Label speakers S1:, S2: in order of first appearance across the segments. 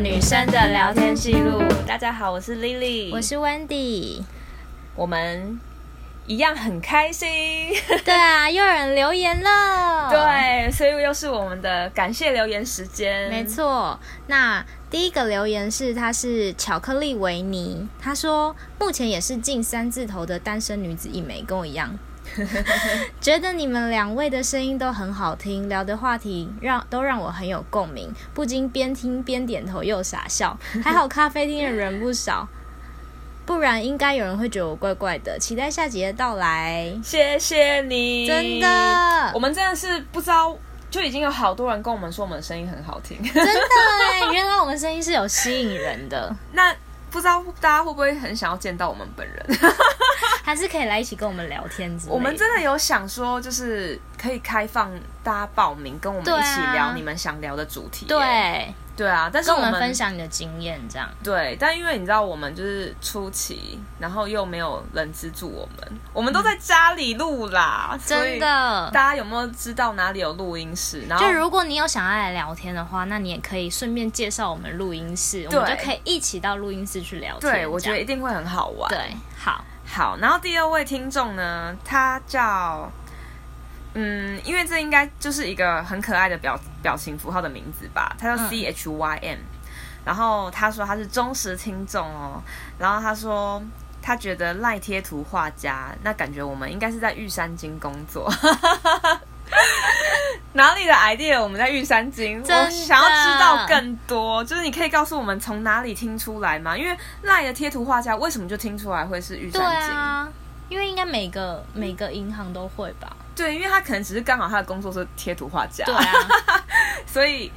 S1: 女生的聊天记录。大家好，我是 Lily，
S2: 我是 Wendy。
S1: 我们一样很开 心。
S2: 对啊，又有人留言了。
S1: 对，所以又是我们的感谢留言时间。
S2: 没错，那第一个留言是，她是巧克力维尼，她说目前也是近三字头的单身女子一枚，跟我一样。 觉得你们两位的声音都很好听，聊的话题让都让我很有共鸣，不禁边听边点头又傻笑。还好咖啡厅的人不少，不然应该有人会觉得我怪怪的。期待下集的到来，
S1: 谢谢你，
S2: 真的
S1: 我们真的是不知道，就已经有好多人跟我们说我们的声音很好听。
S2: 真的欸，原来我们声音是有吸引人的，
S1: 那不知道大家会不会很想要见到我们本人？
S2: 还是可以来一起跟我们聊天之类的。
S1: 我们真的有想说，就是可以开放大家报名，跟我们
S2: 对啊
S1: 一起聊你们想聊的主题。
S2: 对，
S1: 对啊，但是
S2: 跟
S1: 我
S2: 我
S1: 们
S2: 们分享你的经验，这样
S1: 对，但因为你知道我们就是初期，然后又没有人资助我们，我们都在家里录啦，所以
S2: 嗯真的
S1: 大。家有没有知道哪里有录音室？然后
S2: 就如果你有想要来聊天的话，那你也可以顺便介绍我们录音室，我
S1: 对
S2: 们就可以一起到录音室去聊天。
S1: 对，我觉得
S2: 这
S1: 一
S2: 样
S1: 定会很好玩。
S2: 对，好，
S1: 好，然后第二位听众呢，他叫嗯，因为这应该就是一个很可爱的表表情符号的名字吧，他叫
S2: 嗯
S1: C H Y M，、然后他说他是忠实听众哦，然后他说。他觉得赖贴图画家，那感觉我们应该是在玉山金工作。 哪里的 idea？我们在玉山金，
S2: 真的
S1: 我想要知道更多，就是你可以告诉我们从哪里听出来吗？因为赖的贴图画家为什么就听出来会是玉
S2: 对
S1: 山金？
S2: 啊，因为应该每个每个银行都会吧？
S1: 对，因为他可能只是刚好他的工作是贴图画家，
S2: 对啊，
S1: 所以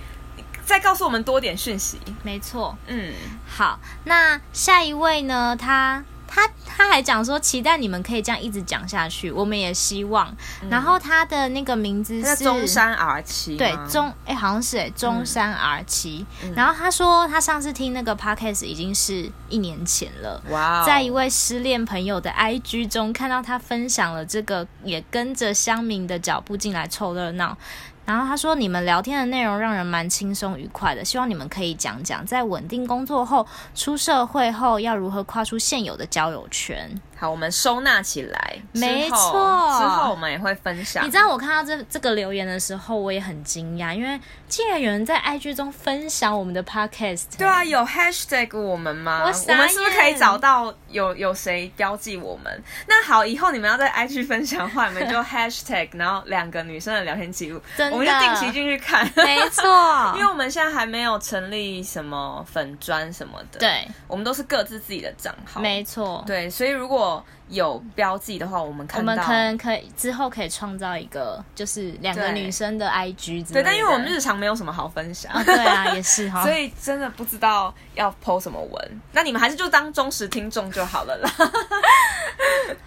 S1: 再告诉我们多点讯息。
S2: 没错。
S1: 嗯，
S2: 好，那下一位呢？他他他还讲说，期待你们可以这样一直讲下去，我们也希望。然后他的那个名字
S1: 嗯他在
S2: 是
S1: 中山嗯 R 七，
S2: 对中哎、好像是哎、中山 R 七、
S1: 嗯
S2: 然后他说他上次听那个 podcast 已经是一年前了。
S1: 哇哦，
S2: 在一位失恋朋友的 IG 中看到他分享了这个，也跟着乡民的脚步进来凑热闹。然后他说：“你们聊天的内容让人蛮轻松愉快的，希望你们可以讲讲在稳定工作后、出社会后要如何跨出现有的交友圈。
S1: 好，我们收纳起来，
S2: 没
S1: 之后
S2: 错
S1: 之后我们也会分享。
S2: 你知道我看到这这个留言的时候，我也很惊讶，因为竟然有人在 IG 中分享我们的 podcast。
S1: 对啊，有 hashtag 我们吗？
S2: 我
S1: 我
S2: 傻
S1: 们是不是可以
S2: 眼
S1: 找到有有谁标记我们？那好，以后你们要在 IG 分享的话，你们就 hashtag，然后两个女生的聊天记录，
S2: 真的
S1: 我们就定期进去看。
S2: 没错，
S1: 因为我们现在还没有成立什么粉砖什么的，，
S2: 对，
S1: 我们都是各自自己的账号，
S2: 没错，
S1: 对，所以如果有标记的话，我们
S2: 我
S1: 看到，
S2: 们可能可以之后可以创造一个，就是两个
S1: 对
S2: 女生的 IG 之类的。
S1: 对，但因为我们日常没有什么好分享，
S2: 啊，对啊，也是哈。
S1: 所以真的不知道要 PO 什么文，那你们还是就当忠实听众就好了啦。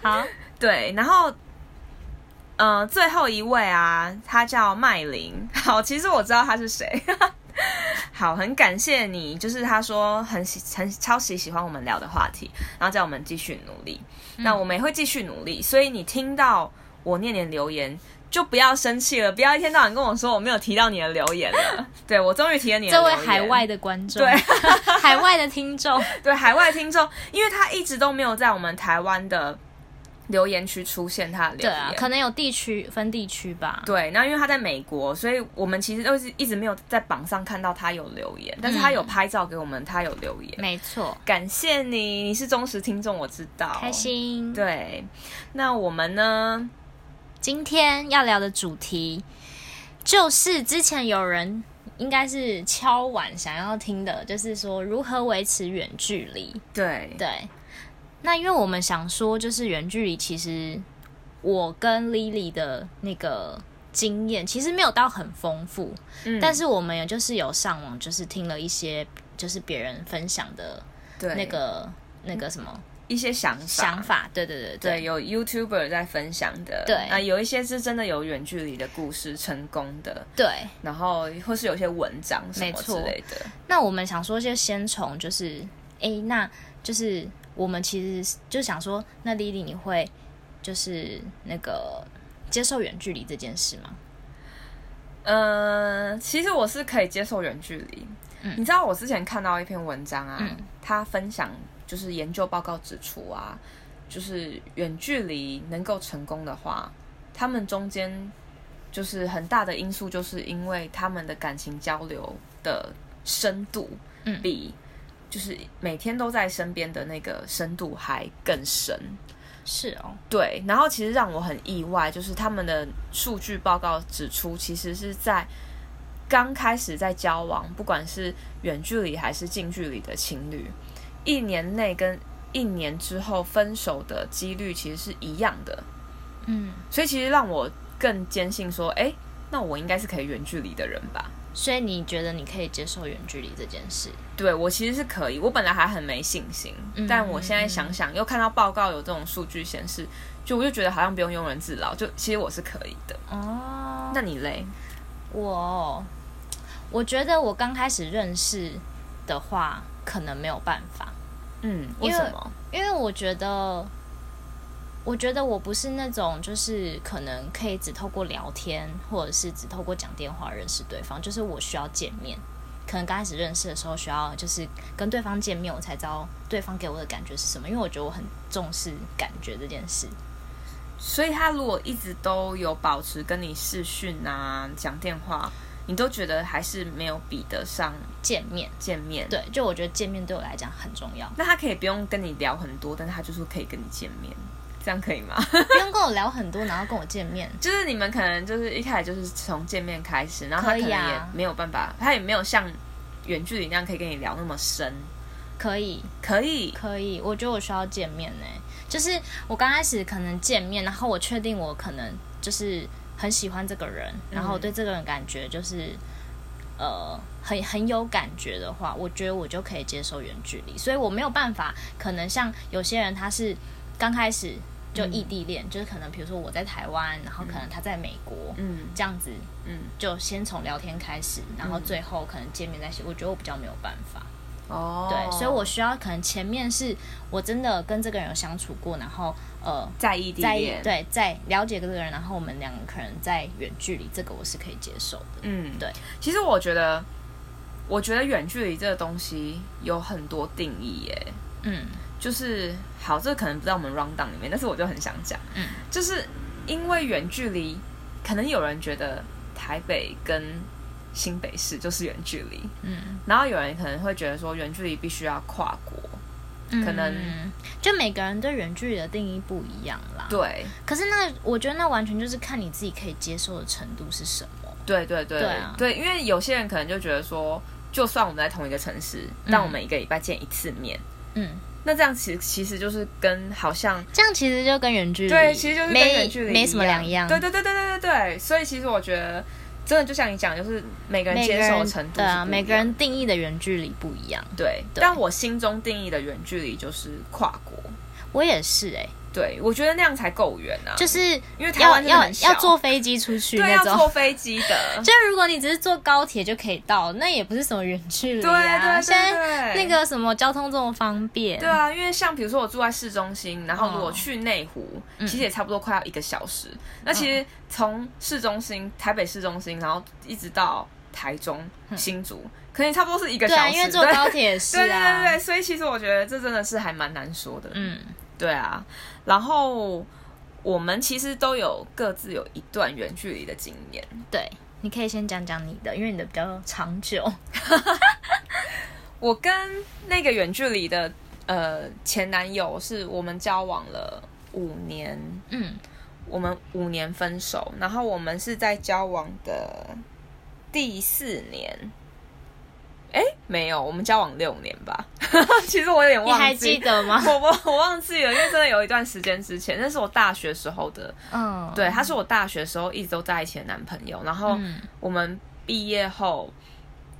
S2: 好，
S1: 对，然后，呃，最后一位啊，他叫麦琳。 好，其实我知道他是谁。 好，很感谢你，就是他说很喜很超级喜欢我们聊的话题，然后叫我们继续努力。
S2: 嗯
S1: 那我们也会继续努力，所以你听到我念念留言。就不要生气了，不要一天到晚跟我说我没有提到你的留言了。对我终于提了你的
S2: 这
S1: 留
S2: 位
S1: 言。
S2: 海外的观众，
S1: 对，
S2: 海外的听众，
S1: 对啊海外听众，因为他一直都没有在我们台湾的留言区出现他的留
S2: 对
S1: 言，
S2: 啊，可能有地区分地区吧。
S1: 对，那因为他在美国，所以我们其实都是一直没有在榜上看到他有留言，但是他有
S2: 嗯
S1: 拍照给我们，他有留言，
S2: 没错，
S1: 感谢你，你是忠实听众，我知道，
S2: 开。心。
S1: 对，那我们呢？
S2: 今天要聊的主题就是之前有人应该是敲碗想要听的，就是说如何维持远距离。
S1: 对，
S2: 对，那因为我们想说，就是远距离，其实我跟 Lily 的那个经验其实没有到很丰富，
S1: 嗯
S2: 但是我们也就是有上网，就是听了一些就是别人分享的
S1: 对
S2: 那个那个什么
S1: 一些想法，
S2: 想法，对对对
S1: 对，
S2: 对。
S1: 有 YouTuber 在分享的，
S2: 对
S1: 啊，有一些是真的有远距离的故事成功的，
S2: 对，
S1: 然后或是有些文章什
S2: 没
S1: 么之
S2: 错
S1: 类的，
S2: 那我们想说，就先从就是，诶，那就是我们其实就想说，那 Lily 你会就是那个接受远距离这件事吗？
S1: 呃嗯，其实我是可以接受远距离，你知道我之前看到一篇文章啊
S2: 嗯，
S1: 他、分享就是研究报告指出啊，就是远距离能够成功的话，他们中间就是很大的因素，就是因为他们的感情交流的深度，
S2: 嗯
S1: 比就是每天都在身边的那个深度还更深。
S2: 是哦，
S1: 对，然后其实让我很意外，就是他们的数据报告指出，其实是在刚开始在交往，不管是远距离还是近距离的情侣，一年内跟一年之后分手的几率其实是一样的。
S2: 嗯，
S1: 所以其实让我更坚信说，哎，那我应该是可以远距离的人吧？
S2: 所以你觉得你可以接受远距离这件事？
S1: 对我其实是可以，我本来还很没信心，
S2: 嗯
S1: 但我现在想想，又看到报告有这种数据显示，就我就觉得好像不用庸人自扰，就其实我是可以的。
S2: 哦
S1: 那你嘞？
S2: 我哦，我觉得我刚开始认识的话，可能没有办法，
S1: 嗯，为
S2: 因为
S1: 什么？
S2: 因为我觉得，我觉得我不是那种就是可能可以只透过聊天，或者是只透过讲电话认识对方，就是我需要见面。可能刚开始认识的时候，需要就是跟对方见面，我才知道对方给我的感觉是什么。因为我觉得我很重视感觉这件事。
S1: 所以他如果一直都有保持跟你视讯啊、讲电话，你都觉得还是没有比得上
S2: 见面，
S1: 见面。，
S2: 对，就我觉得见面对我来讲很重要。
S1: 那他可以不用跟你聊很多，但是他就是可以跟你见面，这样可以吗？
S2: 不用跟我聊很多，然后跟我见面，
S1: 就是你们可能就是一开始就是从见面开始，然后他
S2: 可
S1: 可
S2: 以
S1: 能
S2: 啊
S1: 也没有办法，他也没有像远距离那样可以跟你聊那么深，
S2: 可以，
S1: 可以。
S2: 可以，我觉得我需要见面呢、就是我刚开始可能见面，然后我确定我可能就是很喜欢这个人，然后我对这个人感觉就是、呃很很有感觉的话，我觉得我就可以接受远距离，所以我没有办法，可能像有些人他是刚开始就异地恋，就是可能比如说我在台湾，然后可能他在美国，
S1: 嗯
S2: 这样子
S1: 嗯，
S2: 就先从聊天开始，然后最后可能见面在一起，我觉得我比较没有办法。
S1: 哦，
S2: 对，所以我需要可能前面是我真的跟这个人有相处过，然后呃，
S1: 在异地
S2: 在
S1: 恋，，
S2: 对在了解这个人，然后我们两个可能在远距离，这个我是可以接受的。
S1: 嗯，
S2: 对。
S1: 其实我觉得，我觉得远距离这个东西有很多定义耶，
S2: 嗯
S1: 就是好，这个可能不在我们 round down 里面，但是我就很想讲，
S2: 嗯，
S1: 就是因为远距离，可能有人觉得台北跟新北市就是远距离，
S2: 嗯，
S1: 然后有人可能会觉得说远距离必须要跨国，
S2: 啊
S1: 可能
S2: 嗯就每个人对远距离的定义不一样啦。，
S1: 对
S2: 可是那个我觉得那完全就是看你自己可以接受的程度是什么。
S1: 对对对
S2: 对啊
S1: 对，因为有些人可能就觉得说，就算我们在同一个城市，但我们一个礼拜见一次面，
S2: 嗯，
S1: 那这样其实其实就是跟好像
S2: 这样其实就跟远距离
S1: 对，其实就是跟
S2: 没
S1: 远距离
S2: 没什么两样。
S1: 对对对对对对对，所以其实我觉得，真的就像你讲，就是每个人
S2: 每个
S1: 接
S2: 人
S1: 受的程度是
S2: 对啊，
S1: 不一
S2: 每个
S1: 样
S2: 人定义的远距离不一样。
S1: 对。
S2: 对
S1: 但我心中定义的远距离就是跨国，
S2: 我也是哎、
S1: 对我觉得那样才够远啊，
S2: 就是
S1: 因为台
S2: 要
S1: 湾真的
S2: 要
S1: 很小
S2: 要坐飞机出去
S1: 对
S2: 那
S1: 要坐
S2: 种。，
S1: 飞机的
S2: 就如果你只是坐高铁就可以到，那也不是什么远距离
S1: 对对
S2: 啊。
S1: 对，
S2: 现在
S1: 对
S2: 那。个什么交通这么方便，
S1: 对啊，因为像比如说我住在市中心，然后如果
S2: 哦
S1: 去内湖，
S2: 嗯
S1: 其实也差不多快要一个小时。那其实从市中心、台北市中心，然后一直到台中、新竹，可能差不多是一个
S2: 嗯对
S1: 小时。
S2: 啊，因为坐
S1: 对
S2: 高铁是
S1: 对对
S2: 啊，
S1: 对对，所以其实我觉得这真的是还蛮难说的。，
S2: 嗯
S1: 对啊。然后我们其实都有各自有一段远距离的经验。
S2: 对，你可以先讲讲你的，因为你的比较长久，
S1: 我跟那个远距离的呃前男友是我们交往了五年，
S2: 嗯
S1: 我们五年分手，然后我们是在交往的第四年。哎，没有，我们交往六年吧。 其实我有点
S2: 你
S1: 忘记，
S2: 还记得吗？
S1: 我我我嗯忘记了，因为真的有一段时间之前，那是我大学时候的，
S2: 嗯，
S1: 对，他是我大学时候一直都在一起的男朋友，然后
S2: 嗯
S1: 我们毕业后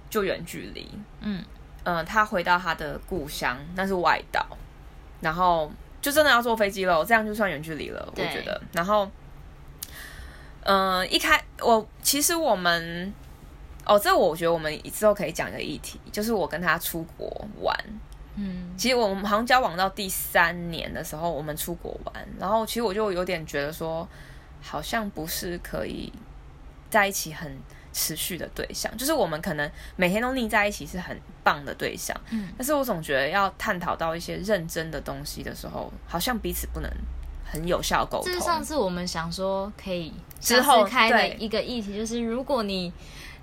S1: 就远距离，
S2: 嗯
S1: 嗯、他回到他的故乡，那是外岛，然后就真的要坐飞机喽，这样就算远距离了，我
S2: 对
S1: 觉得。然后，嗯、一开我其实我们。哦，这我觉得我们之后可以讲一个议题，就是我跟他出国玩，
S2: 嗯
S1: 其实我们好像交往到第三年的时候，我们出国玩，然后其实我就有点觉得说，好像不是可以在一起很持续的对象，就是我们可能每天都腻在一起是很棒的对象，
S2: 嗯，
S1: 但是我总觉得要探讨到一些认真的东西的时候，好像彼此不能很有效沟
S2: 这是上
S1: 通。
S2: 次我们想说可以
S1: 之后
S2: 下次开的
S1: 对
S2: 一个议题，就是如果你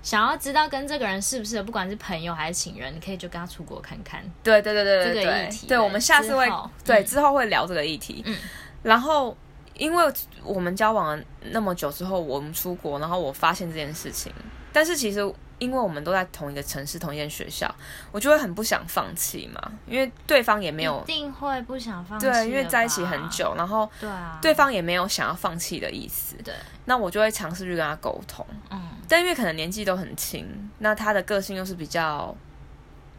S2: 想要知道跟这个人适不适合，不管是朋友还是情人，你可以就跟他出国看看。
S1: 对对对对对
S2: 这个议
S1: 对
S2: 题，
S1: 对我们下次会
S2: 之后
S1: 对
S2: 嗯
S1: 之后会聊这个议题。
S2: 嗯，
S1: 然后因为我们交往了那么久之后，我们出国，然后我发现这件事情，但是其实因为我们都在同一个城市、同一间学校，我就会很不想放弃嘛，因为对方也没有
S2: 一定会不想放弃。
S1: 对，因为在一起很。久，然后
S2: 对啊，
S1: 对方也没有想要放弃的意思，
S2: 对，
S1: 那我就会尝试去跟他沟通，
S2: 嗯
S1: 但因为可能年纪都很轻，那他的个性又是比较。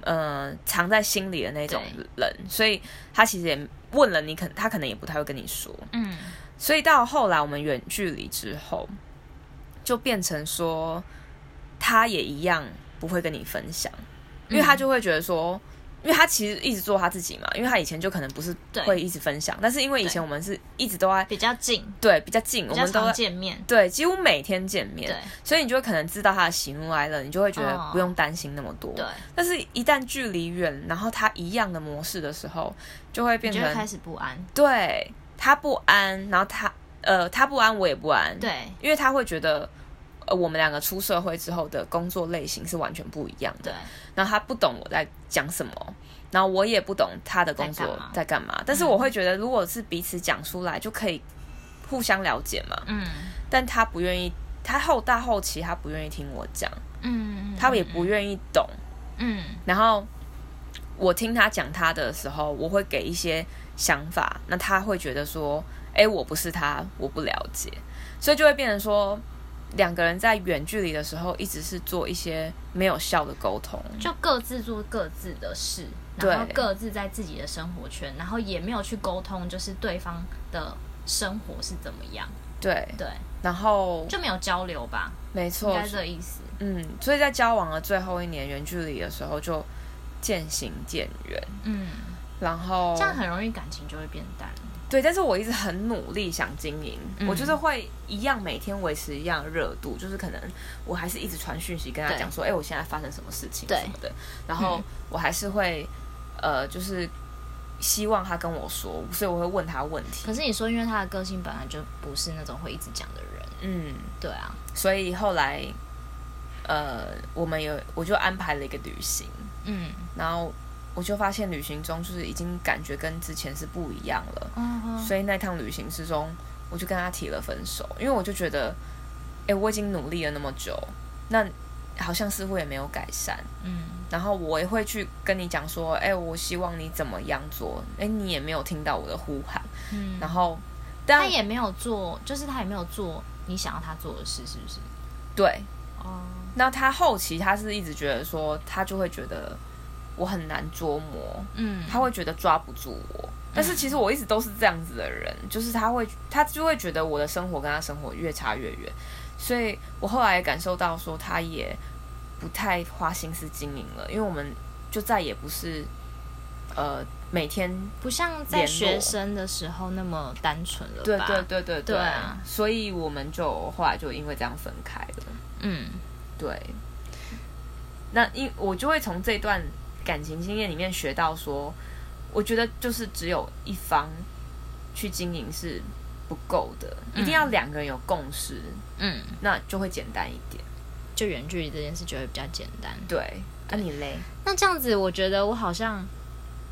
S1: 呃，藏在心里的那种人，所以他其实也问了你，可他可能也不太会跟你说。
S2: 嗯，
S1: 所以到后来我们远距离之后，就变成说，他也一样不会跟你分享，
S2: 嗯
S1: 因为他就会觉得说，因为他其实一直做他自己嘛，因为他以前就可能不是
S2: 对
S1: 会一直分享，但是因为以前我们是一直都在
S2: 比较近，
S1: 对比较近，
S2: 比
S1: 我
S2: 较
S1: 们都
S2: 常
S1: 在
S2: 见面。
S1: 对几乎每天见
S2: 对
S1: 面，所以你就会可能知道他的喜怒哀乐，你就会觉
S2: 哦
S1: 得不用担心那么多。
S2: 对，
S1: 但是，一旦距离远，然后他一样的模式的时候，就会
S2: 你
S1: 变
S2: 就
S1: 成嗯
S2: 会开始不安。
S1: 对他不安，然后他呃他不安，我也不安，，
S2: 对
S1: 因为他会觉得呃我们两个出社会之后的工作类型是完全不一样
S2: 对
S1: 的，，然后他不懂我在讲什么，然后我也不懂他的工
S2: 在干
S1: 作
S2: 嘛嗯
S1: 在干嘛，但是我会觉得如果是彼此讲出来就可以互相了解嘛，
S2: 嗯
S1: 但他不愿意，他后大后期他不愿意听我讲，
S2: 嗯，
S1: 他也不愿意懂，
S2: 嗯
S1: 然后我听他讲他的时候，我会给一些想法，那他会觉得说，哎，我不是他，我不了解，所以就会变成说，两个人在远距离的时候，一直是做一些没有效的沟通，
S2: 就各自做各自的事，
S1: 对
S2: 然后各自在自己的生活圈，然后也没有去沟通，就是对方的生活是怎么样，
S1: 对，
S2: 对，
S1: 然后
S2: 就没有交流吧，
S1: 没
S2: 应
S1: 错
S2: 该，这意思。
S1: 嗯，所以在交往的最后一年远距离的时候，就渐行渐远，
S2: 嗯，
S1: 然后
S2: 这样很容易感情就会变淡。
S1: 对，但是我一直很努力想经营，
S2: 嗯
S1: 我就是会一样每天维持一样的热度，就是可能我还是一直传讯息跟他
S2: 对
S1: 讲说，哎、我现在发生什么事情
S2: 对嗯
S1: 什么的，然后我还是会呃，就是希望他跟我说，所以我会问他问题，
S2: 可是你说，因为他的个性本来就不是那种会一直讲的人，
S1: 嗯，
S2: 对啊，
S1: 所以后来呃，我们有我就安排了一个旅行，
S2: 嗯，
S1: 然后我就发现旅行中就是已经感觉跟之前是不一样了。
S2: 哦，
S1: 所以那趟旅行之中，我就跟他提了分手，因为我就觉得，哎、我已经努力了那么久，那好像似乎也没有改善。
S2: 嗯，
S1: 然后我也会去跟你讲说，哎、我希望你怎么样做，哎、你也没有听到我的呼喊。
S2: 嗯
S1: 然后，
S2: 他
S1: 但
S2: 也没有做，就是他也没有做你想要他做的事，是不是？
S1: 对，
S2: 哦，
S1: 那他后期他是一直觉得说，他就会觉得我很难捉摸，
S2: 嗯，
S1: 他会觉得抓不住我。但是其实我一直都是这样子的人，就是他会，他就会觉得我的生活跟他生活越差越远，所以我后来也感受到说，他也不太花心思经营了，因为我们就再也不是，呃，每天
S2: 不像在
S1: 联络
S2: 学生的时候那么单纯了吧？
S1: 对对对对
S2: 对啊
S1: 所以我们就后来就因为这样分开了，
S2: 嗯，
S1: 对。那因我就会从这段感情经验里面学到说，我觉得就是只有一方去经营是不够的，
S2: 嗯
S1: 一定要两个人有共识，
S2: 嗯，
S1: 那就会简单一点。
S2: 就远距离这件事就会比较简单。
S1: 对，
S2: 啊
S1: 那、你嘞？
S2: 那这样子，我觉得我好像，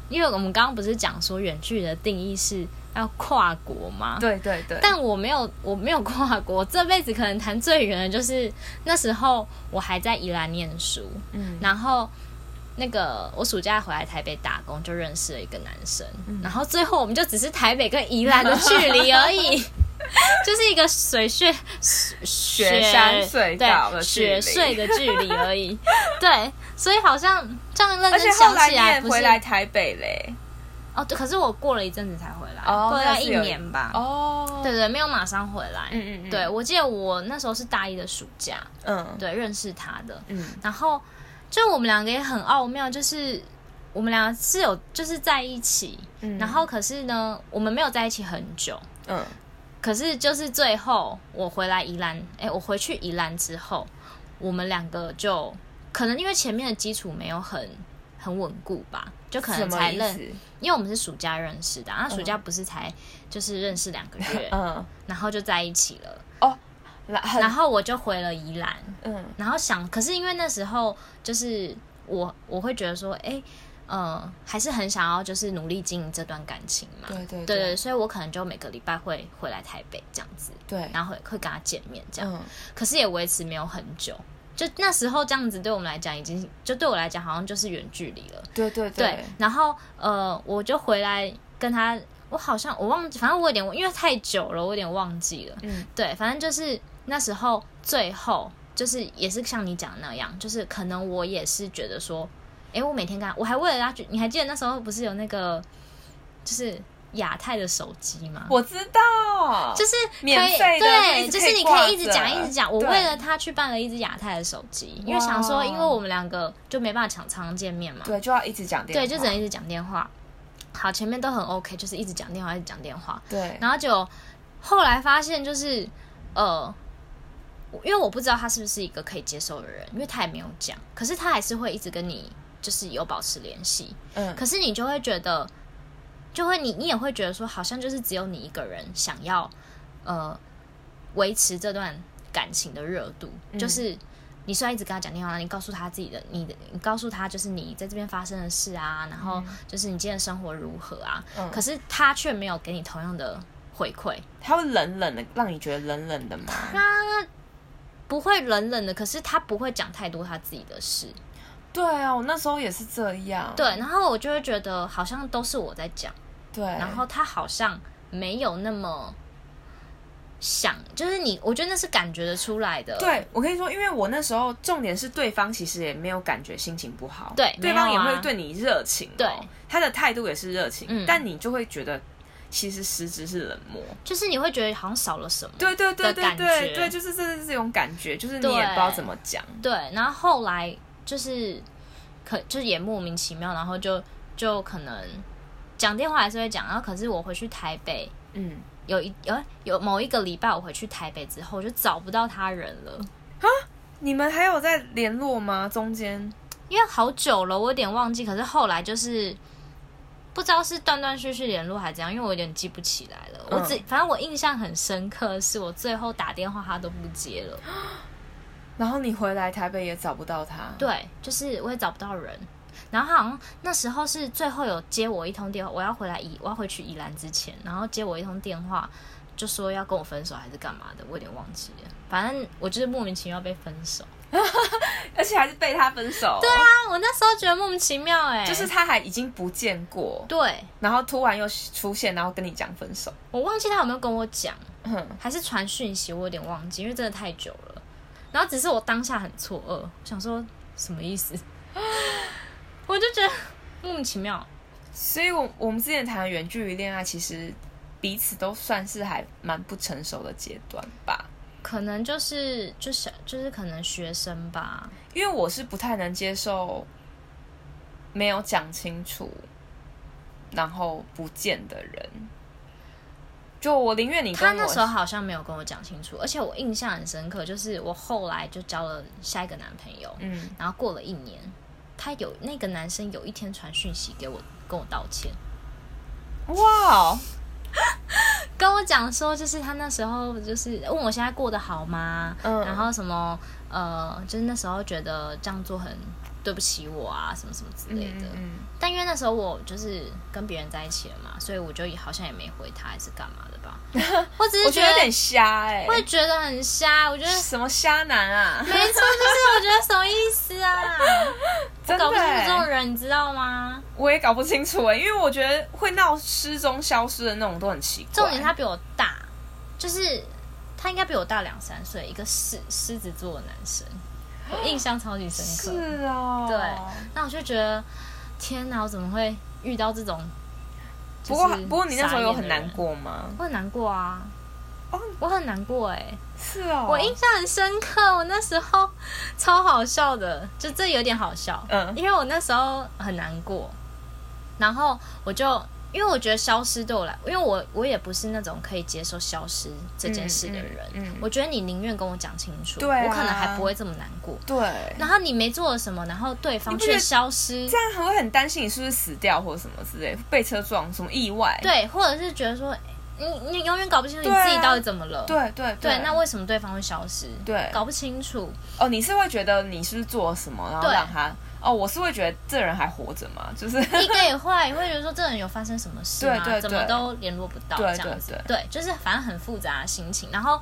S2: 因为我们刚刚不是讲说远距离的定义是要跨国吗？。
S1: 对对对，
S2: 啊但我没有，我没有跨国，我这辈子可能谈最远的就是那时候我还在宜兰念书，
S1: 嗯
S2: 然后那个我暑假回来台北打工，就认识了一个男生，然后最后我们就只是台北跟宜兰的距离而已， 就是一个水穴雪
S1: 雪山隧道
S2: 对
S1: 的距
S2: 雪
S1: 离
S2: 隧的距离而已。对，所以好像这样认
S1: 而且
S2: 真
S1: 后
S2: 想
S1: 来
S2: 起
S1: 你也
S2: 不是
S1: 回来台北嘞，
S2: 哦，对，可是我过了一阵子才回来，
S1: 哦
S2: 过
S1: 那
S2: 了大概
S1: 是
S2: 一
S1: 有
S2: 年吧。
S1: 哦，
S2: 啊对对，没有马上回来。
S1: 嗯嗯嗯
S2: 对，我记得我那时候是大一的暑假，
S1: 嗯
S2: 对，认识他的。
S1: 嗯
S2: 然后就我们两个也很奥妙，就是我们俩是有就是在一起，
S1: 嗯
S2: 然后可是呢，我们没有在一起很久，
S1: 嗯，
S2: 可是就是最后我回来宜兰，哎，我回去宜兰之后，我们两个就可能因为前面的基础没有很很稳固吧，就可
S1: 什
S2: 能
S1: 么
S2: 才
S1: 意
S2: 认，
S1: 思？
S2: 因为我们是暑假认识的啊，那暑
S1: 嗯
S2: 假不是才就是认识两个月，
S1: 嗯，
S2: 然后就在一起了，
S1: 然
S2: 然
S1: 后
S2: 后我就回了宜兰，
S1: 嗯
S2: 然后想，可是因为那时候就是我我会觉得说，哎、呃，还是很想要就是努力经营这段感情嘛，
S1: 对对
S2: 对
S1: 对
S2: 所以我可能就每个礼拜会回来台北这样子，
S1: 对，
S2: 然后会会跟他见面这样，
S1: 嗯
S2: 可是也维持没有很久。就那时候这样子，对我们来讲已经就对我来讲好像就是远距离了。
S1: 对对
S2: 对，然后呃，我就回来跟他，我好像我忘记，反正我有点因为太久了，我有点忘记了。
S1: 嗯
S2: 对，反正就是那时候最后就是也是像你讲的那样，就是可能我也是觉得说，诶，我每天跟他，我还为了他去，你还记得那时候不是有那个就是亚太的手机吗？
S1: 我知道，
S2: 就是可以
S1: 免费的
S2: 对，
S1: 就
S2: 就
S1: 一直可
S2: 是是
S1: 以
S2: 你
S1: 挂
S2: 可
S1: 着
S2: 以一直讲一直讲。我
S1: 对
S2: 为了他去办了一只亚太的手机，因为想
S1: 哇
S2: 说，因为我们两个就没办法常常见面嘛，
S1: 对，就要一直讲电话，
S2: 对，就只能一直讲电话。好，前面都很 OK，就是一直讲电话，一直讲电话。
S1: 对，
S2: 然后就后来发现，就是呃，因为我不知道他是不是一个可以接受的人，因为他也没有讲，可是他还是会一直跟你就是有保持联系。
S1: 嗯，
S2: 可是你就会觉得，就会你你也会觉得说，好像就是只有你一个人想要呃维持这段感情的热度，就是。你虽然一直跟他讲电话，你告诉他自己的，你的，你告诉他就是你在这边发生的事啊，然后就是你今天的生活如何啊，
S1: 嗯
S2: 可是他却没有给你同样的回馈，
S1: 他会冷冷的，让你觉得冷冷的吗？
S2: 他不会冷冷的，可是他不会讲太多他自己的事，
S1: 对啊，我那时候也是这样，
S2: 对，然后我就会觉得好像都是我在讲，
S1: 对，
S2: 然后他好像没有那么想，就是你，我觉得那是感觉得出来的，
S1: 对，我跟你说，因为我那时候重点是对方其实也没有感觉心情不好，
S2: 对
S1: 对
S2: 没
S1: 方也
S2: 有啊
S1: 会对你热情、哦，
S2: 对，
S1: 他的态度也是热情，
S2: 嗯
S1: 但你就会觉得其实实质是冷漠，
S2: 就是你会觉得好像少了什么，
S1: 对对对
S2: 的
S1: 对
S2: 感
S1: 对
S2: 觉
S1: 对，就是这这种感觉，就是你
S2: 对
S1: 也不知道怎么讲，
S2: 对，然后后来就是可就是也莫名其妙，然后就就可能讲电话还是会讲，然后可是我回去台北。
S1: 嗯，
S2: 有一有有某一个礼拜，我回去台北之后，我就找不到他人了，
S1: 你们还有在联络吗？中间
S2: 因为好久了，我有点忘记。可是后来就是不知道是断断续续联络还是怎样，因为我有点记不起来了。我只反正我印象很深刻的是，我最后打电话他都不接了。
S1: 然后你回来台北也找不到他，
S2: 对，就是我也找不到人。然后他好像那时候是最后有接我一通电话，我要回来宜，我要回去宜兰之前，然后接我一通电话，就说要跟我分手还是干嘛的，我有点忘记了。反正我就是莫名其妙被分手。
S1: 而且还是被他分手，对
S2: 啊
S1: 啊，，
S2: 我那时候觉得莫名其妙哎、
S1: 就是他还已经不见过，
S2: 对
S1: 然后突然又出现，然后跟你讲分手，
S2: 我忘记他有没有跟我讲，
S1: 哼。
S2: 还是传讯息，我有点忘记，因为真的太久了。然后只是我当下很错愕，我想说什么意思？ 我就觉得莫名其妙。
S1: 所以我，我们之前谈的远距离恋爱，其实彼此都算是还蛮不成熟的阶段吧。
S2: 可能就是就是就是可能学生吧，
S1: 因为我是不太能接受没有讲清楚，然后不见的人。就我宁愿你跟我
S2: 他那时候好像没有跟我讲清楚，而且我印象很深刻，就是我后来就交了下一个男朋友，
S1: 嗯，
S2: 然后过了一年，他有那个男生有一天传讯息给我，跟我道歉，嗯
S1: 哇，哦
S2: 跟我讲说，就是他那时候就是问我现在过得好吗？
S1: 嗯
S2: 然后什么呃，就是那时候觉得这样做很对不起我啊，什么什么之类的。
S1: 嗯，
S2: 但因为那时候我就是跟别人在一起了嘛，所以我就也好像也没回他，还是干嘛的 吧。我只
S1: 我
S2: 是
S1: 觉
S2: 觉
S1: 得
S2: 得
S1: 有点瞎哎、
S2: 会觉得很瞎，我觉得
S1: 什么瞎男啊？
S2: 没错，就是我觉得什么意思啊？
S1: 真的
S2: 搞不清楚这种
S1: 欸、
S2: 人，你知道吗？
S1: 我也搞不清楚哎、因为我觉得会闹失踪消失的那种都很奇怪。
S2: 重点他比我大，就是他应该比我大两三岁，一个狮狮子座的男生，我印象超级深刻。
S1: 是哦，
S2: 对那我就觉得，天哪，我怎么会遇到这种？
S1: 不过不过你那时候有很难，过吗？
S2: 我很难过啊，
S1: 哦
S2: 我很难过哎、
S1: 是哦，
S2: 我印象很深刻，我那时候超好笑的，就这有点好笑，
S1: 嗯
S2: 因为我那时候很难过，然后我就因为我觉得消失对我来，因为我我也不是那种可以接受消失这件事的人。
S1: 嗯嗯嗯
S2: 我觉得你宁愿跟我讲清楚，
S1: 对啊
S2: 我可能还不会这么难过。
S1: 对，
S2: 然后你没做了什么，然后对方
S1: 你不觉
S2: 却
S1: 得
S2: 消失
S1: 这，样还会很担心你是不是死掉或什么之类，被车撞什么意外。
S2: 对，或者是觉得说你你永远搞不清楚你
S1: 对啊
S2: 自己到底怎么了。
S1: 对对
S2: 对那为什么对方会消失？
S1: 对
S2: 搞不清楚。
S1: 哦，你是会觉得你是不是做了什么，然后
S2: 对
S1: 让他哦，我是会觉得这人还活着嘛，就是
S2: 一个也会也会觉得说这人有发生什么事吗？
S1: 对对对
S2: 怎么都联络不到这
S1: 对
S2: 样子？
S1: 对
S2: 就是反正很复杂的心情。然后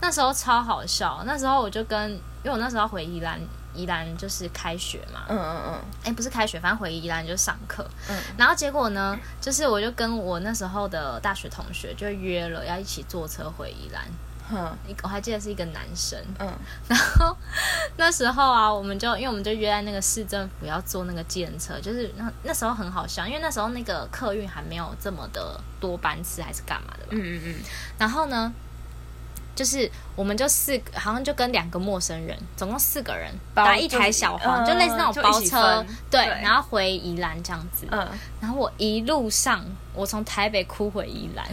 S2: 那时候超好笑，那时候我就跟，因为我那时候要回宜兰，宜兰就是开学嘛，
S1: 嗯嗯
S2: 哎、不是开学，反正回宜兰就上课。
S1: 嗯
S2: 然后结果呢，就是我就跟我那时候的大学同学就约了要一起坐车回宜兰，
S1: 嗯嗯
S2: 一个我还记得是一个男生。
S1: 嗯，
S2: 然后那时候啊，我们就因为我们就约在那个市政府要坐那个计程车，就是那那时候很好笑，因为那时候那个客运还没有这么的多班次，还是干嘛的吧。
S1: 嗯嗯嗯，
S2: 然后呢，就是我们就四个，好像就跟两个陌生人，总共四个人
S1: 包
S2: 搭一台小黄，
S1: 就是
S2: 就类似那
S1: 嗯
S2: 种包
S1: 就一起
S2: 车
S1: 分，
S2: 对，
S1: 对
S2: 然后回宜兰这样子。
S1: 嗯，
S2: 然后我一路上，我从台北哭回宜兰。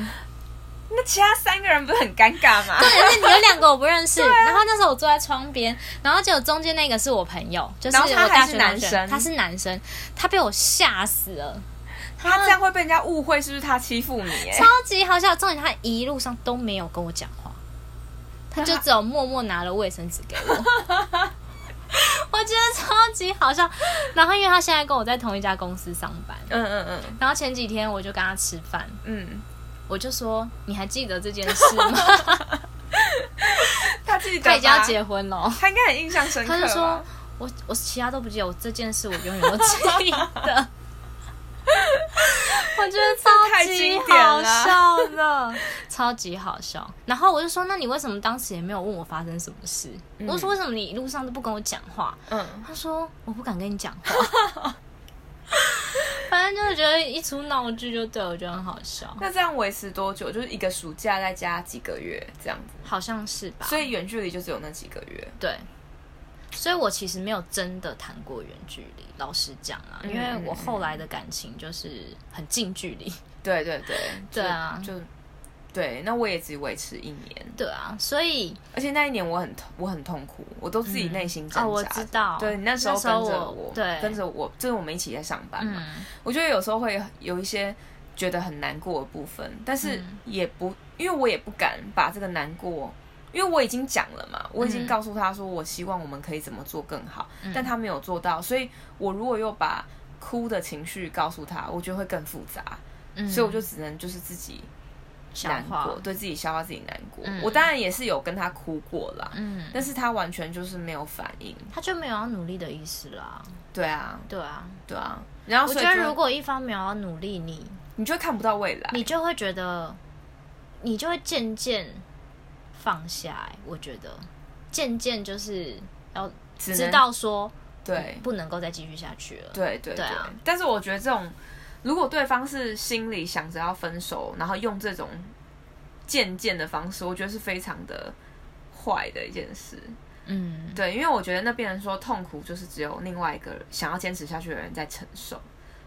S1: 那其他三个人不是很尴尬吗？
S2: 但是有两个我不认识，
S1: 啊
S2: 然后那时候我坐在窗边，然后结果中间那个是我朋友，就是
S1: 然后他
S2: 我大
S1: 还
S2: 学
S1: 是
S2: 同
S1: 男
S2: 学
S1: 生
S2: 他是男生，他被我吓死了，
S1: 他这样会被人家误会，是不是他欺负你？哎
S2: 超，级好笑。重点他一路上都没有跟我讲话，他就只有默默拿了卫生纸给我， 我觉得超级好笑。然后因为他现在跟我在同一家公司上班，
S1: 嗯嗯嗯
S2: 然后前几天我就跟他吃饭，
S1: 嗯，
S2: 我就说你还记得这件事 吗？
S1: 他自己
S2: 他已经要结婚了。哦
S1: 他应该很印象深刻
S2: 他
S1: 吧。
S2: 就说我我其他都不记得，我这件事我永远都记得。 我觉得超
S1: 太
S2: 级
S1: 经典
S2: 好
S1: 了
S2: 笑的，超级好笑。然后我就说，那你为什么当时也没有问我发生什么事？我就说为什么你一路上都不跟我讲话？
S1: 嗯，
S2: 他说我不敢跟你讲话。 反正就是觉得一出闹剧就对我觉得很好笑，
S1: 那这样维持多久？就是一个暑假再加几个月这样子，
S2: 好像是吧？
S1: 所以远距离就只有那几个月。
S2: 对，所以我其实没有真的谈过远距离，老实讲啊，
S1: 嗯
S2: 因为我后来的感情就是很近距离，
S1: 对对对，就
S2: 对啊
S1: 就对。那我也只维持一年，
S2: 对啊，所以
S1: 而且那一年我很痛，我很痛苦，我都自己内心挣扎。
S2: 哦，我知道，
S1: 对你那时候
S2: 候
S1: 跟着
S2: 我，
S1: 我，
S2: 对，
S1: 跟着我，就是我们一起在上班嘛。
S2: 嗯，
S1: 我觉得有时候会有一些觉得很难过的部分，但是
S2: 嗯
S1: 也不，因为我也不敢把这个难过，因为我已经讲了
S2: 嗯
S1: 嘛，我已经告诉他说我希望我们可以怎么做更好，但他没有做到，所以我如果又把哭的情绪告诉他，我觉得会更复杂，
S2: 嗯
S1: 所以我就只能就是自己
S2: 消
S1: 难
S2: 化
S1: 过，，对自己消化自己难过。
S2: 嗯
S1: 我当然也是有跟他哭过啦，
S2: 嗯，
S1: 但是他完全就是没有反应。
S2: 他就没有要努力的意思啦，
S1: 对啊，
S2: 对啊，
S1: 对啊。然后
S2: 我
S1: 所以
S2: 觉得
S1: 就
S2: 如果一方没有要努力你，你
S1: 你就看不到未来，
S2: 就会觉得，你就会渐渐放下、欸，我觉得渐渐就是要
S1: 只能
S2: 知道说。
S1: 对
S2: 不能够再继续下去了。
S1: 对对
S2: 对啊
S1: 但是我觉得这种，如果对方是心里想着要分手，然后用这种渐渐的方式，我觉得是非常的坏的一件事。
S2: 嗯，
S1: 对，因为我觉得那变成说痛苦就是只有另外一个人想要坚持下去的人在承受，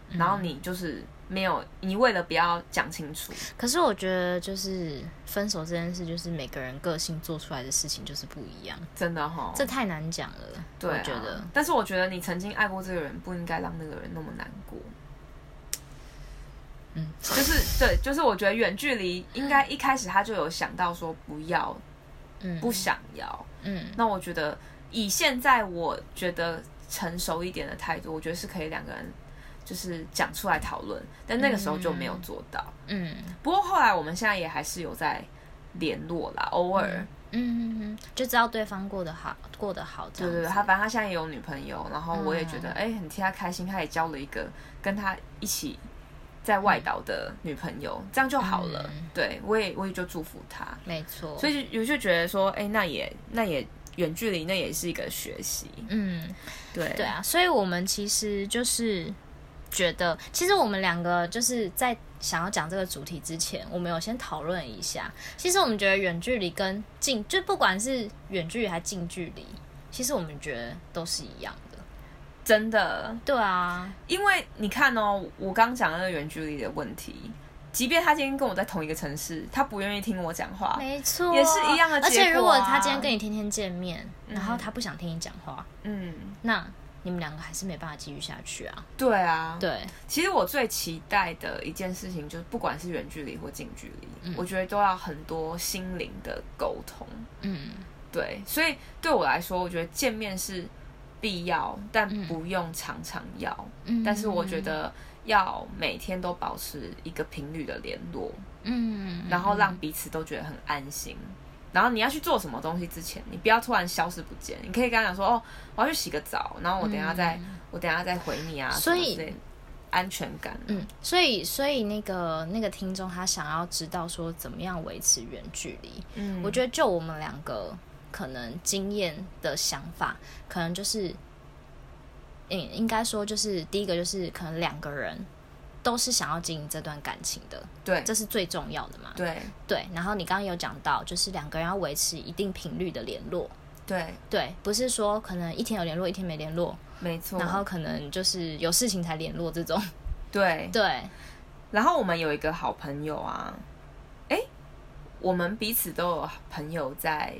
S1: 然后你就是没有，你为了不要讲清楚，
S2: 可是我觉得就是分手这件事，就是每个人个性做出来的事情就是不一样，
S1: 真的哈，
S2: 这太难讲了。
S1: 对、啊，
S2: 我觉得，
S1: 但是我觉得你曾经爱过这个人，不应该让那个人那么难过。
S2: 嗯，
S1: 就是对，就是我觉得远距离应该一开始他就有想到说不要，
S2: 嗯，
S1: 不，想要。
S2: 嗯
S1: 那我觉得以现在我觉得成熟一点的态度，我觉得是可以两个人就是讲出来讨论，但那个时候就没有做到。
S2: 嗯
S1: 不过后来我们现在也还是有在联络啦，偶尔。
S2: 嗯嗯嗯，就知道对方过得好，过得好这
S1: 对
S2: 样子。
S1: 对对，他反正他现在也有女朋友，然后我也觉得
S2: 嗯
S1: 哎、很替他开心，他也交了一个跟他一起在外岛的女朋友，这样就好了。
S2: 嗯
S1: 对我也我也就祝福他，
S2: 没错。
S1: 所
S2: 以，
S1: 以就有就觉得说，哎、那也那也远距离那也是一个学习，
S2: 嗯，
S1: 对
S2: 对啊，所以我们其实就是觉得，其实我们两个就是在想要讲这个主题之前，我们有先讨论一下。其实我们觉得远距离跟近，就不管是远距离还近距离，其实我们觉得都是一样的。
S1: 真的，
S2: 对啊，
S1: 因为你看哦，我刚讲的那个远距离的问题，即便他今天跟我在同一个城市，他不愿意听我讲话，
S2: 没错，
S1: 哦也是一样的
S2: 而且
S1: 结
S2: 如
S1: 果
S2: 果
S1: 啊
S2: 他今天跟你天天见面，然后他不想听你讲话，
S1: 嗯，
S2: 那你们两个还是没办法继续下去啊。
S1: 对啊，
S2: 对，
S1: 其实我最期待的一件事情，就是不管是远距离或近距离，我觉得都要很多心灵的沟通。
S2: 嗯，
S1: 对，所以对我来说，我觉得见面是必要，但不用常常要。
S2: 嗯
S1: 但是我觉，得要每天都保持一个频率的联络，
S2: 嗯，
S1: 然后让彼此都觉得很安心。然后你要去做什么东西之前，你不要突然消失不见。你可以跟他讲说：“哦，我要去洗个澡，然后我等一下再，我等一下再回你啊。”
S2: 嗯所以
S1: 什么之类的安全感，啊
S2: 嗯，所以所以那个那个听众他想要知道说怎么样维持远距离，
S1: 嗯
S2: 我觉得就我们两个可能经验的想法，可能就是，应应该说就是第一个就是可能两个人都是想要经营这段感情的，
S1: 对
S2: 这是最重要的嘛。
S1: 对
S2: 对，然后你刚刚有讲到，就是两个人要维持一定频率的联络，
S1: 对，
S2: 对，不是说可能一天有联络，一天没联络，
S1: 没错。
S2: 然后可能就是有事情才联络这种，
S1: 对，
S2: 对，
S1: 然后我们有一个好朋友啊，哎，我们彼此都有朋友在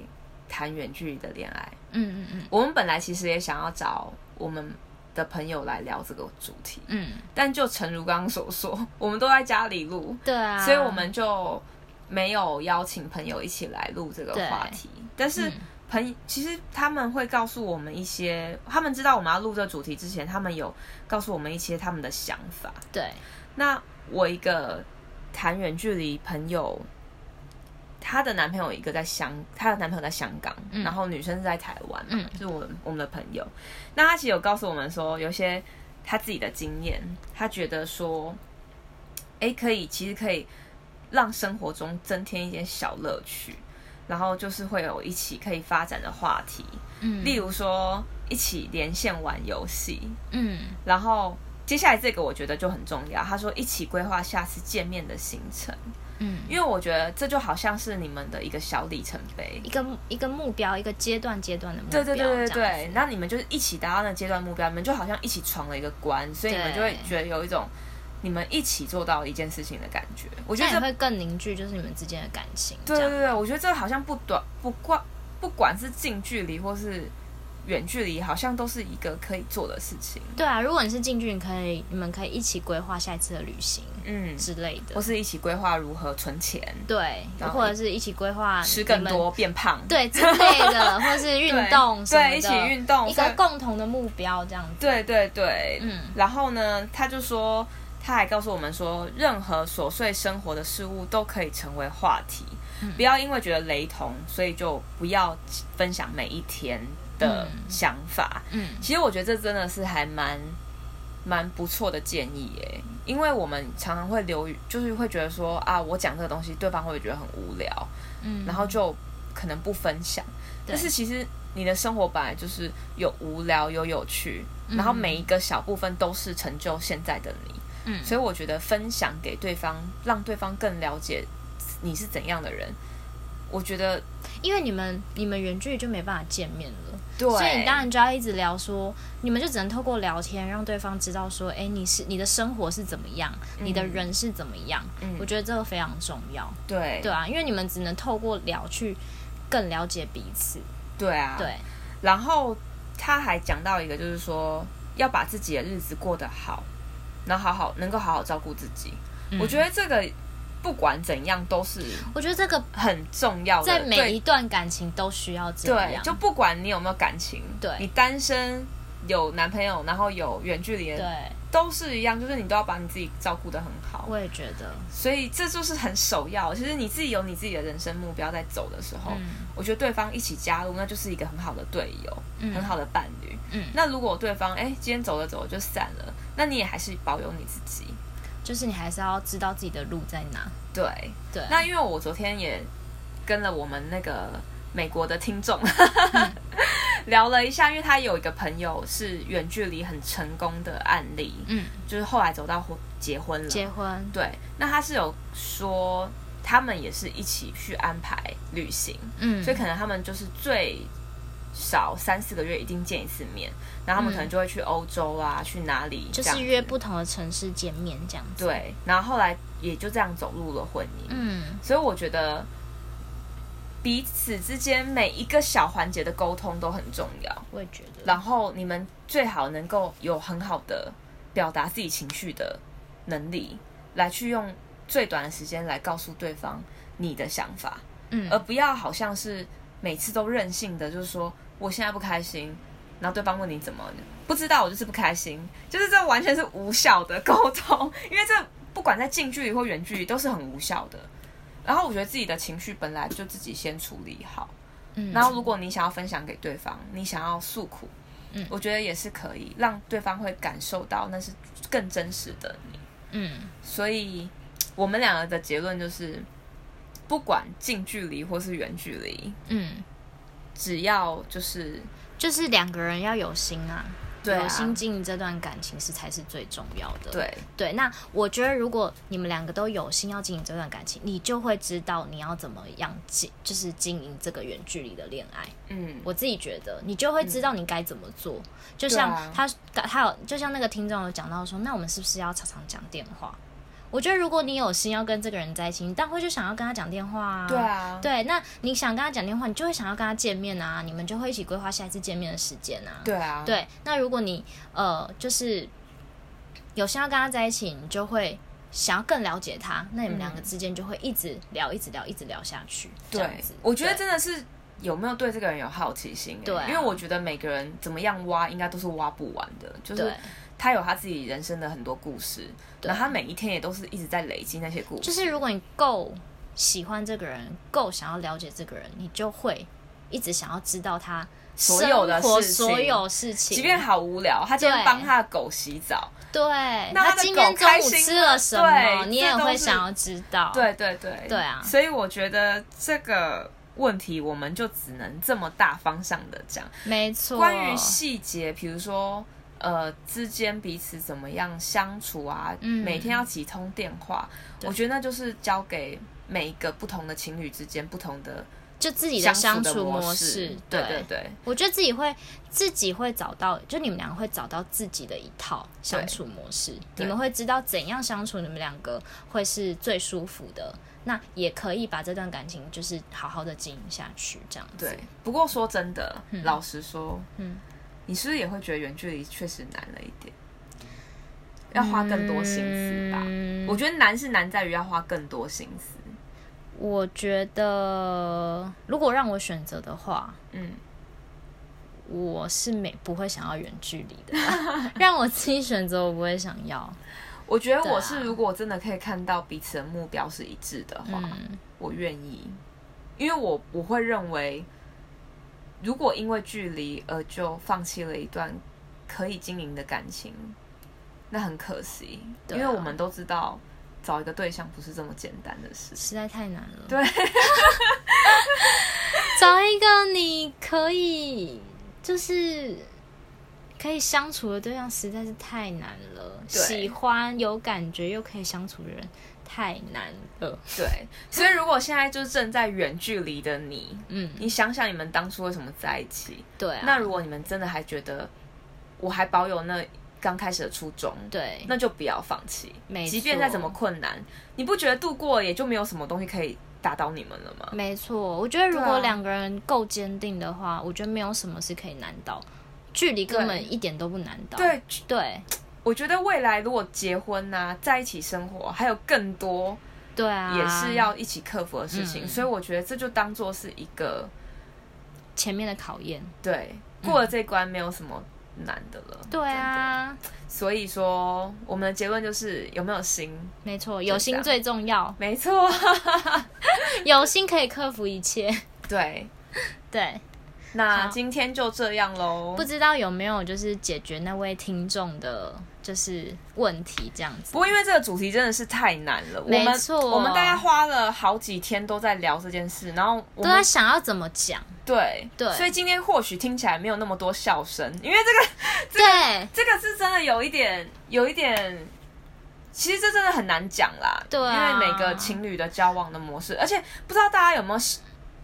S1: 谈远距离的恋爱。
S2: 嗯嗯嗯
S1: 我们本来其实也想要找我们的朋友来聊这个主题，
S2: 嗯，
S1: 但就诚如刚刚所说， 我们都在家里录，
S2: 对啊，
S1: 所以我们就没有邀请朋友一起来录这个话题。但
S2: 嗯
S1: 是朋、其实他们会告诉我们一些，他们知道我们要录这个主题之前，他们有告诉我们一些他们的想法。
S2: 对，
S1: 那我一个谈远距离朋友，她的男朋友一个在香，她的男朋友在香港，
S2: 嗯
S1: 然后女生是在台湾嘛，
S2: 嗯
S1: 就是我们我们的朋友。那她其实有告诉我们说，有些她自己的经验，她觉得说，哎，可以，其实可以让生活中增添一些小乐趣，然后就是会有一起可以发展的话题，
S2: 嗯，
S1: 例如说一起连线玩游戏，
S2: 嗯
S1: 然后接下来这个我觉得就很重要，他说一起规划下次见面的行程，
S2: 嗯，
S1: 因为我觉得这就好像是你们的一个小里程碑。
S2: 一个一个目标，一个阶段阶段的目标，
S1: 对对对对
S2: 这样子，
S1: 对，那你们就是一起达到那个阶段目标，你们就好像一起闯了一个关，所以你们
S2: 对
S1: 就会觉得有一种你们一起做到一件事情的感觉。我觉
S2: 这
S1: 得
S2: 样也
S1: 这
S2: 会更凝聚就是你们之间的感情，
S1: 对
S2: 这
S1: 对啊
S2: 样
S1: 对，对我觉得这好像不短不管不管是近距离或是远距离，好像都是一个可以做的事情。
S2: 对啊，如果你是近距离，你可以你们可以一起规划下一次的旅行
S1: 嗯，
S2: 之类的
S1: 或，是一起规划如何存钱，
S2: 对，
S1: 然后
S2: 或者是一起规划
S1: 吃更
S2: 你们
S1: 多变胖。
S2: 对之类 的，或是运动什么的
S1: 对，一起运动，
S2: 一
S1: 所以
S2: 个共同的目标这样子。
S1: 对对对，
S2: 嗯
S1: 然后呢，他就说，他还告诉我们说，任何琐碎生活的事物都可以成为话题，
S2: 嗯
S1: 不要因为觉得雷同，所以就不要分享每一天的想法。
S2: 嗯
S1: 其实我觉得这真的是还蛮蛮不错的建议耶，因为我们常常会流于，就是会觉得说啊，我讲这个东西，对方会不会觉得很无聊，
S2: 嗯，
S1: 然后就可能不分享。
S2: 对
S1: 但是其实你的生活本来就是有无聊有有趣，然后每一个小部分都是成就现在的你。
S2: 嗯
S1: 所以我觉得分享给对方，让对方更了解你是怎样的人，我觉得
S2: 因为你们你们远距离就没办法见面了，
S1: 对。
S2: 所以你当然就要一直聊说，你们就只能透过聊天让对方知道说，哎，你是你的生活是怎么样，你的人是怎么样。
S1: 嗯
S2: 我觉得这个非常重要，
S1: 对
S2: 对啊，因为你们只能透过聊去更了解彼此。
S1: 对啊，
S2: 对，
S1: 然后他还讲到一个，就是说要把自己的日子过得好，然后好好能够好好照顾自己。我觉得这个不管怎样都是
S2: 嗯我觉得这个
S1: 很重要的，
S2: 在
S1: 对
S2: 每一段感情都需要这
S1: 对
S2: 样，，
S1: 就不管你有没有感情，
S2: 对
S1: 你单身有男朋友，然后有远距离的，
S2: 对，
S1: 都是一样，就是你都要把你自己照顾得很好。
S2: 我也觉得，
S1: 所以这就是很首要，其实你自己有你自己的人生目标在走的时候，
S2: 嗯
S1: 我觉得对方一起加入，那就是一个很好的队友，
S2: 嗯
S1: 很好的伴侣。
S2: 嗯
S1: 那如果对方哎、今天走着走着就散了，那你也还是保有你自己。
S2: 嗯就是你还是要知道自己的路在哪。
S1: 对，
S2: 对，
S1: 那因为我昨天也跟了我们那个美国的听众、
S2: 嗯
S1: 聊了一下，因为他有一个朋友是远距离很成功的案例，
S2: 嗯，
S1: 就是后来走到婚结婚了。
S2: 结婚，
S1: 对，那他是有说他们也是一起去安排旅行，
S2: 嗯，
S1: 所以可能他们就是最少三四个月一定见一次面，然后他们可能就会去欧洲啊，去哪里
S2: 就
S1: 这样
S2: 是
S1: 子
S2: 约不同的城市见面这样子。，
S1: 对，然后后来也就这样走入了婚姻。
S2: 嗯，
S1: 所以我觉得彼此之间每一个小环节的沟通都很重要，
S2: 我也觉得。
S1: 然后你们最好能够有很好的表达自己情绪的能力，来去用最短的时间来告诉对方你的想法，
S2: 嗯
S1: 而不要好像是每次都任性的，就是说我现在不开心。然后对方问你怎么了不知道，我就是不开心，就是这完全是无效的沟通，因为这不管在近距离或远距离都是很无效的。然后我觉得自己的情绪本来就自己先处理好，
S2: 嗯，
S1: 然后如果你想要分享给对方，你想要诉苦，
S2: 嗯
S1: 我觉得也是可以让对方会感受到那是更真实的你。
S2: 嗯
S1: 所以我们两个的结论就是，不管近距离或是远距离，
S2: 嗯，
S1: 只要就是
S2: 就是两个人要有心啊，
S1: 对啊
S2: 有心经营这段感情是才是最重要的。
S1: 对
S2: 对，那我觉得如果你们两个都有心要经营这段感情，你就会知道你要怎么样经，就是经营这个远距离的恋爱。
S1: 嗯，
S2: 我自己觉得，你就会知道你该怎么做。就像
S1: 对啊
S2: 他，他有，就像那个听众有讲到说，那我们是不是要常常讲电话？我觉得如果你有心要跟这个人在一起，你当然会就想要跟他讲电话啊。
S1: 对。啊，
S2: 对，那你想跟他讲电话，你就会想要跟他见面啊，你们就会一起规划下一次见面的时间啊。
S1: 对啊，
S2: 对，那如果你呃，就是有想要跟他在一起，你就会想要更了解他，那你们两个之间就会一直聊，一直聊，一直聊下去。这样
S1: 嗯对
S2: 子，
S1: 我觉得
S2: 对
S1: 真的是有没有对这个人有好奇心、欸
S2: 对啊
S1: 因为我觉得每个人怎么样挖，应该都是挖不完的，就是
S2: 对
S1: 他有他自己人生的很多故事，
S2: 对
S1: 然后他每一天也都是一直在累积那些故事，
S2: 就是如果你够喜欢这个人，够想要了解这个人，你就会一直想要知道他
S1: 所有的
S2: 生活
S1: 事情
S2: 所有事情，
S1: 即便好无聊，他今天
S2: 对
S1: 帮他的狗洗澡，
S2: 对
S1: 那他
S2: 他
S1: 的
S2: 今
S1: 狗
S2: 天中
S1: 开
S2: 午
S1: 心
S2: 吃
S1: 吗
S2: 了什
S1: 对
S2: 么，你
S1: 这
S2: 也
S1: 都
S2: 会
S1: 是
S2: 想要知道。
S1: 对对对，
S2: 对啊
S1: 所以我觉得这个问题我们就只能这么大方向的讲。
S2: 没错。
S1: 关于细节，比如说呃之间彼此怎么样相处啊，
S2: 嗯
S1: 每天要几通电话，
S2: 对
S1: 我觉得那就是交给每一个不同的情侣之间不同的
S2: 就自己的相
S1: 处
S2: 处模
S1: 式
S2: 式，。
S1: 对对对
S2: 我觉得自己会自己会找到，就你们俩会找到自己的一套相处模式，
S1: 对
S2: 你们会知道怎样相处，你们两个会是最舒服的。那也可以把这段感情就是好好的经营下去，这样子。
S1: 对。不过说真的，老实说，
S2: 嗯
S1: 你是不是也会觉得远距离确实难了一点？要花更多心思吧。
S2: 嗯
S1: 我觉得难是难在于要花更多心思。
S2: 我觉得如果让我选择的话，
S1: 嗯，
S2: 我是没不会想要远距离 的啦，让我自己选择，我不会想要。
S1: 我觉得
S2: 对啊
S1: 我是，如果真的可以看到彼此的目标是一致的话，
S2: 嗯
S1: 我愿意，因为我我会认为，如果因为距离而就放弃了一段可以经营的感情，那很可惜，
S2: 对
S1: 因
S2: 啊
S1: 为我们都知道找一个对象不是这么简单的 事。
S2: 实在太难了。
S1: 对，
S2: 找一个你可以就是可以相处的对象实在是太难了，
S1: 对
S2: 喜欢有感觉又可以相处的人太难了。
S1: 对，所以如果现在就是正在远距离的你，
S2: 嗯，
S1: 你想想你们当初为什么在一起？
S2: 对啊，
S1: 那如果你们真的还觉得我还保有那刚开始的初衷，
S2: 对
S1: 那就不要放弃
S2: 没。
S1: 即便
S2: 错
S1: 再怎么困难，你不觉得度过也就没有什么东西可以打倒你们了吗？
S2: 没错，我觉得如
S1: 对
S2: 果
S1: 啊
S2: 两个人够坚定的话，我觉得没有什么是可以难倒，距离根
S1: 对
S2: 本一点都不难倒。
S1: 对，
S2: 对
S1: 我觉得未来如果结婚呐、在一起生活，还有更多
S2: 对啊，
S1: 也是要一起克服的事情，
S2: 嗯
S1: 所以我觉得这就当做是一个
S2: 前面的考验。
S1: 对过了这一关，没有什么难的了。
S2: 嗯对啊，
S1: 所以说，我们的结论就是有没有心？
S2: 没错，
S1: 就
S2: 有
S1: 这
S2: 心
S1: 样
S2: 最重要，
S1: 没 错，
S2: 有心可以克服一切。
S1: 对。
S2: 对，
S1: 那
S2: 好
S1: 今天就这样喽
S2: 不。知道有没有就是解决那位听众的，就是问题这样子。
S1: 不过因为这个主题真的是太难了，我
S2: 没
S1: 们
S2: 错
S1: 我们大概花了好几天都在聊这件事，然后我
S2: 都在
S1: 们
S2: 想要怎么讲，
S1: 对
S2: 对
S1: 所以今天或许听起来没有那么多笑声，因为
S2: 对
S1: 这个这个是真的有一点有一点，其实这真的很难讲啦，
S2: 对啊
S1: 因为每个情侣的交往的模式，而且不知道大家有没有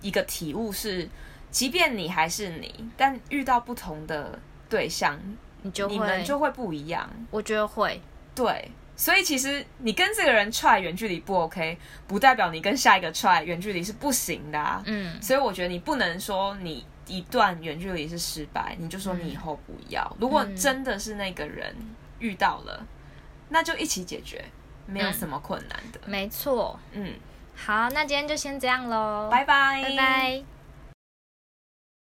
S1: 一个体悟是，即便你还是你，但遇到不同的对象，
S2: 你就
S1: 你们
S2: 会，
S1: 就会不一样。
S2: 我觉得会，
S1: 对，所以其实你跟这个人踹远距离不 OK，不代表你跟下一个踹远距离是不行的啊。
S2: 嗯，
S1: 所以我觉得你不能说你一段远距离是失败，你就说你以后不要。如果真的是那个人遇到了，那就一起解决，没有什么困难的。
S2: 没错。
S1: 嗯，
S2: 好，那今天就先这样喽，
S1: 拜拜，
S2: 拜拜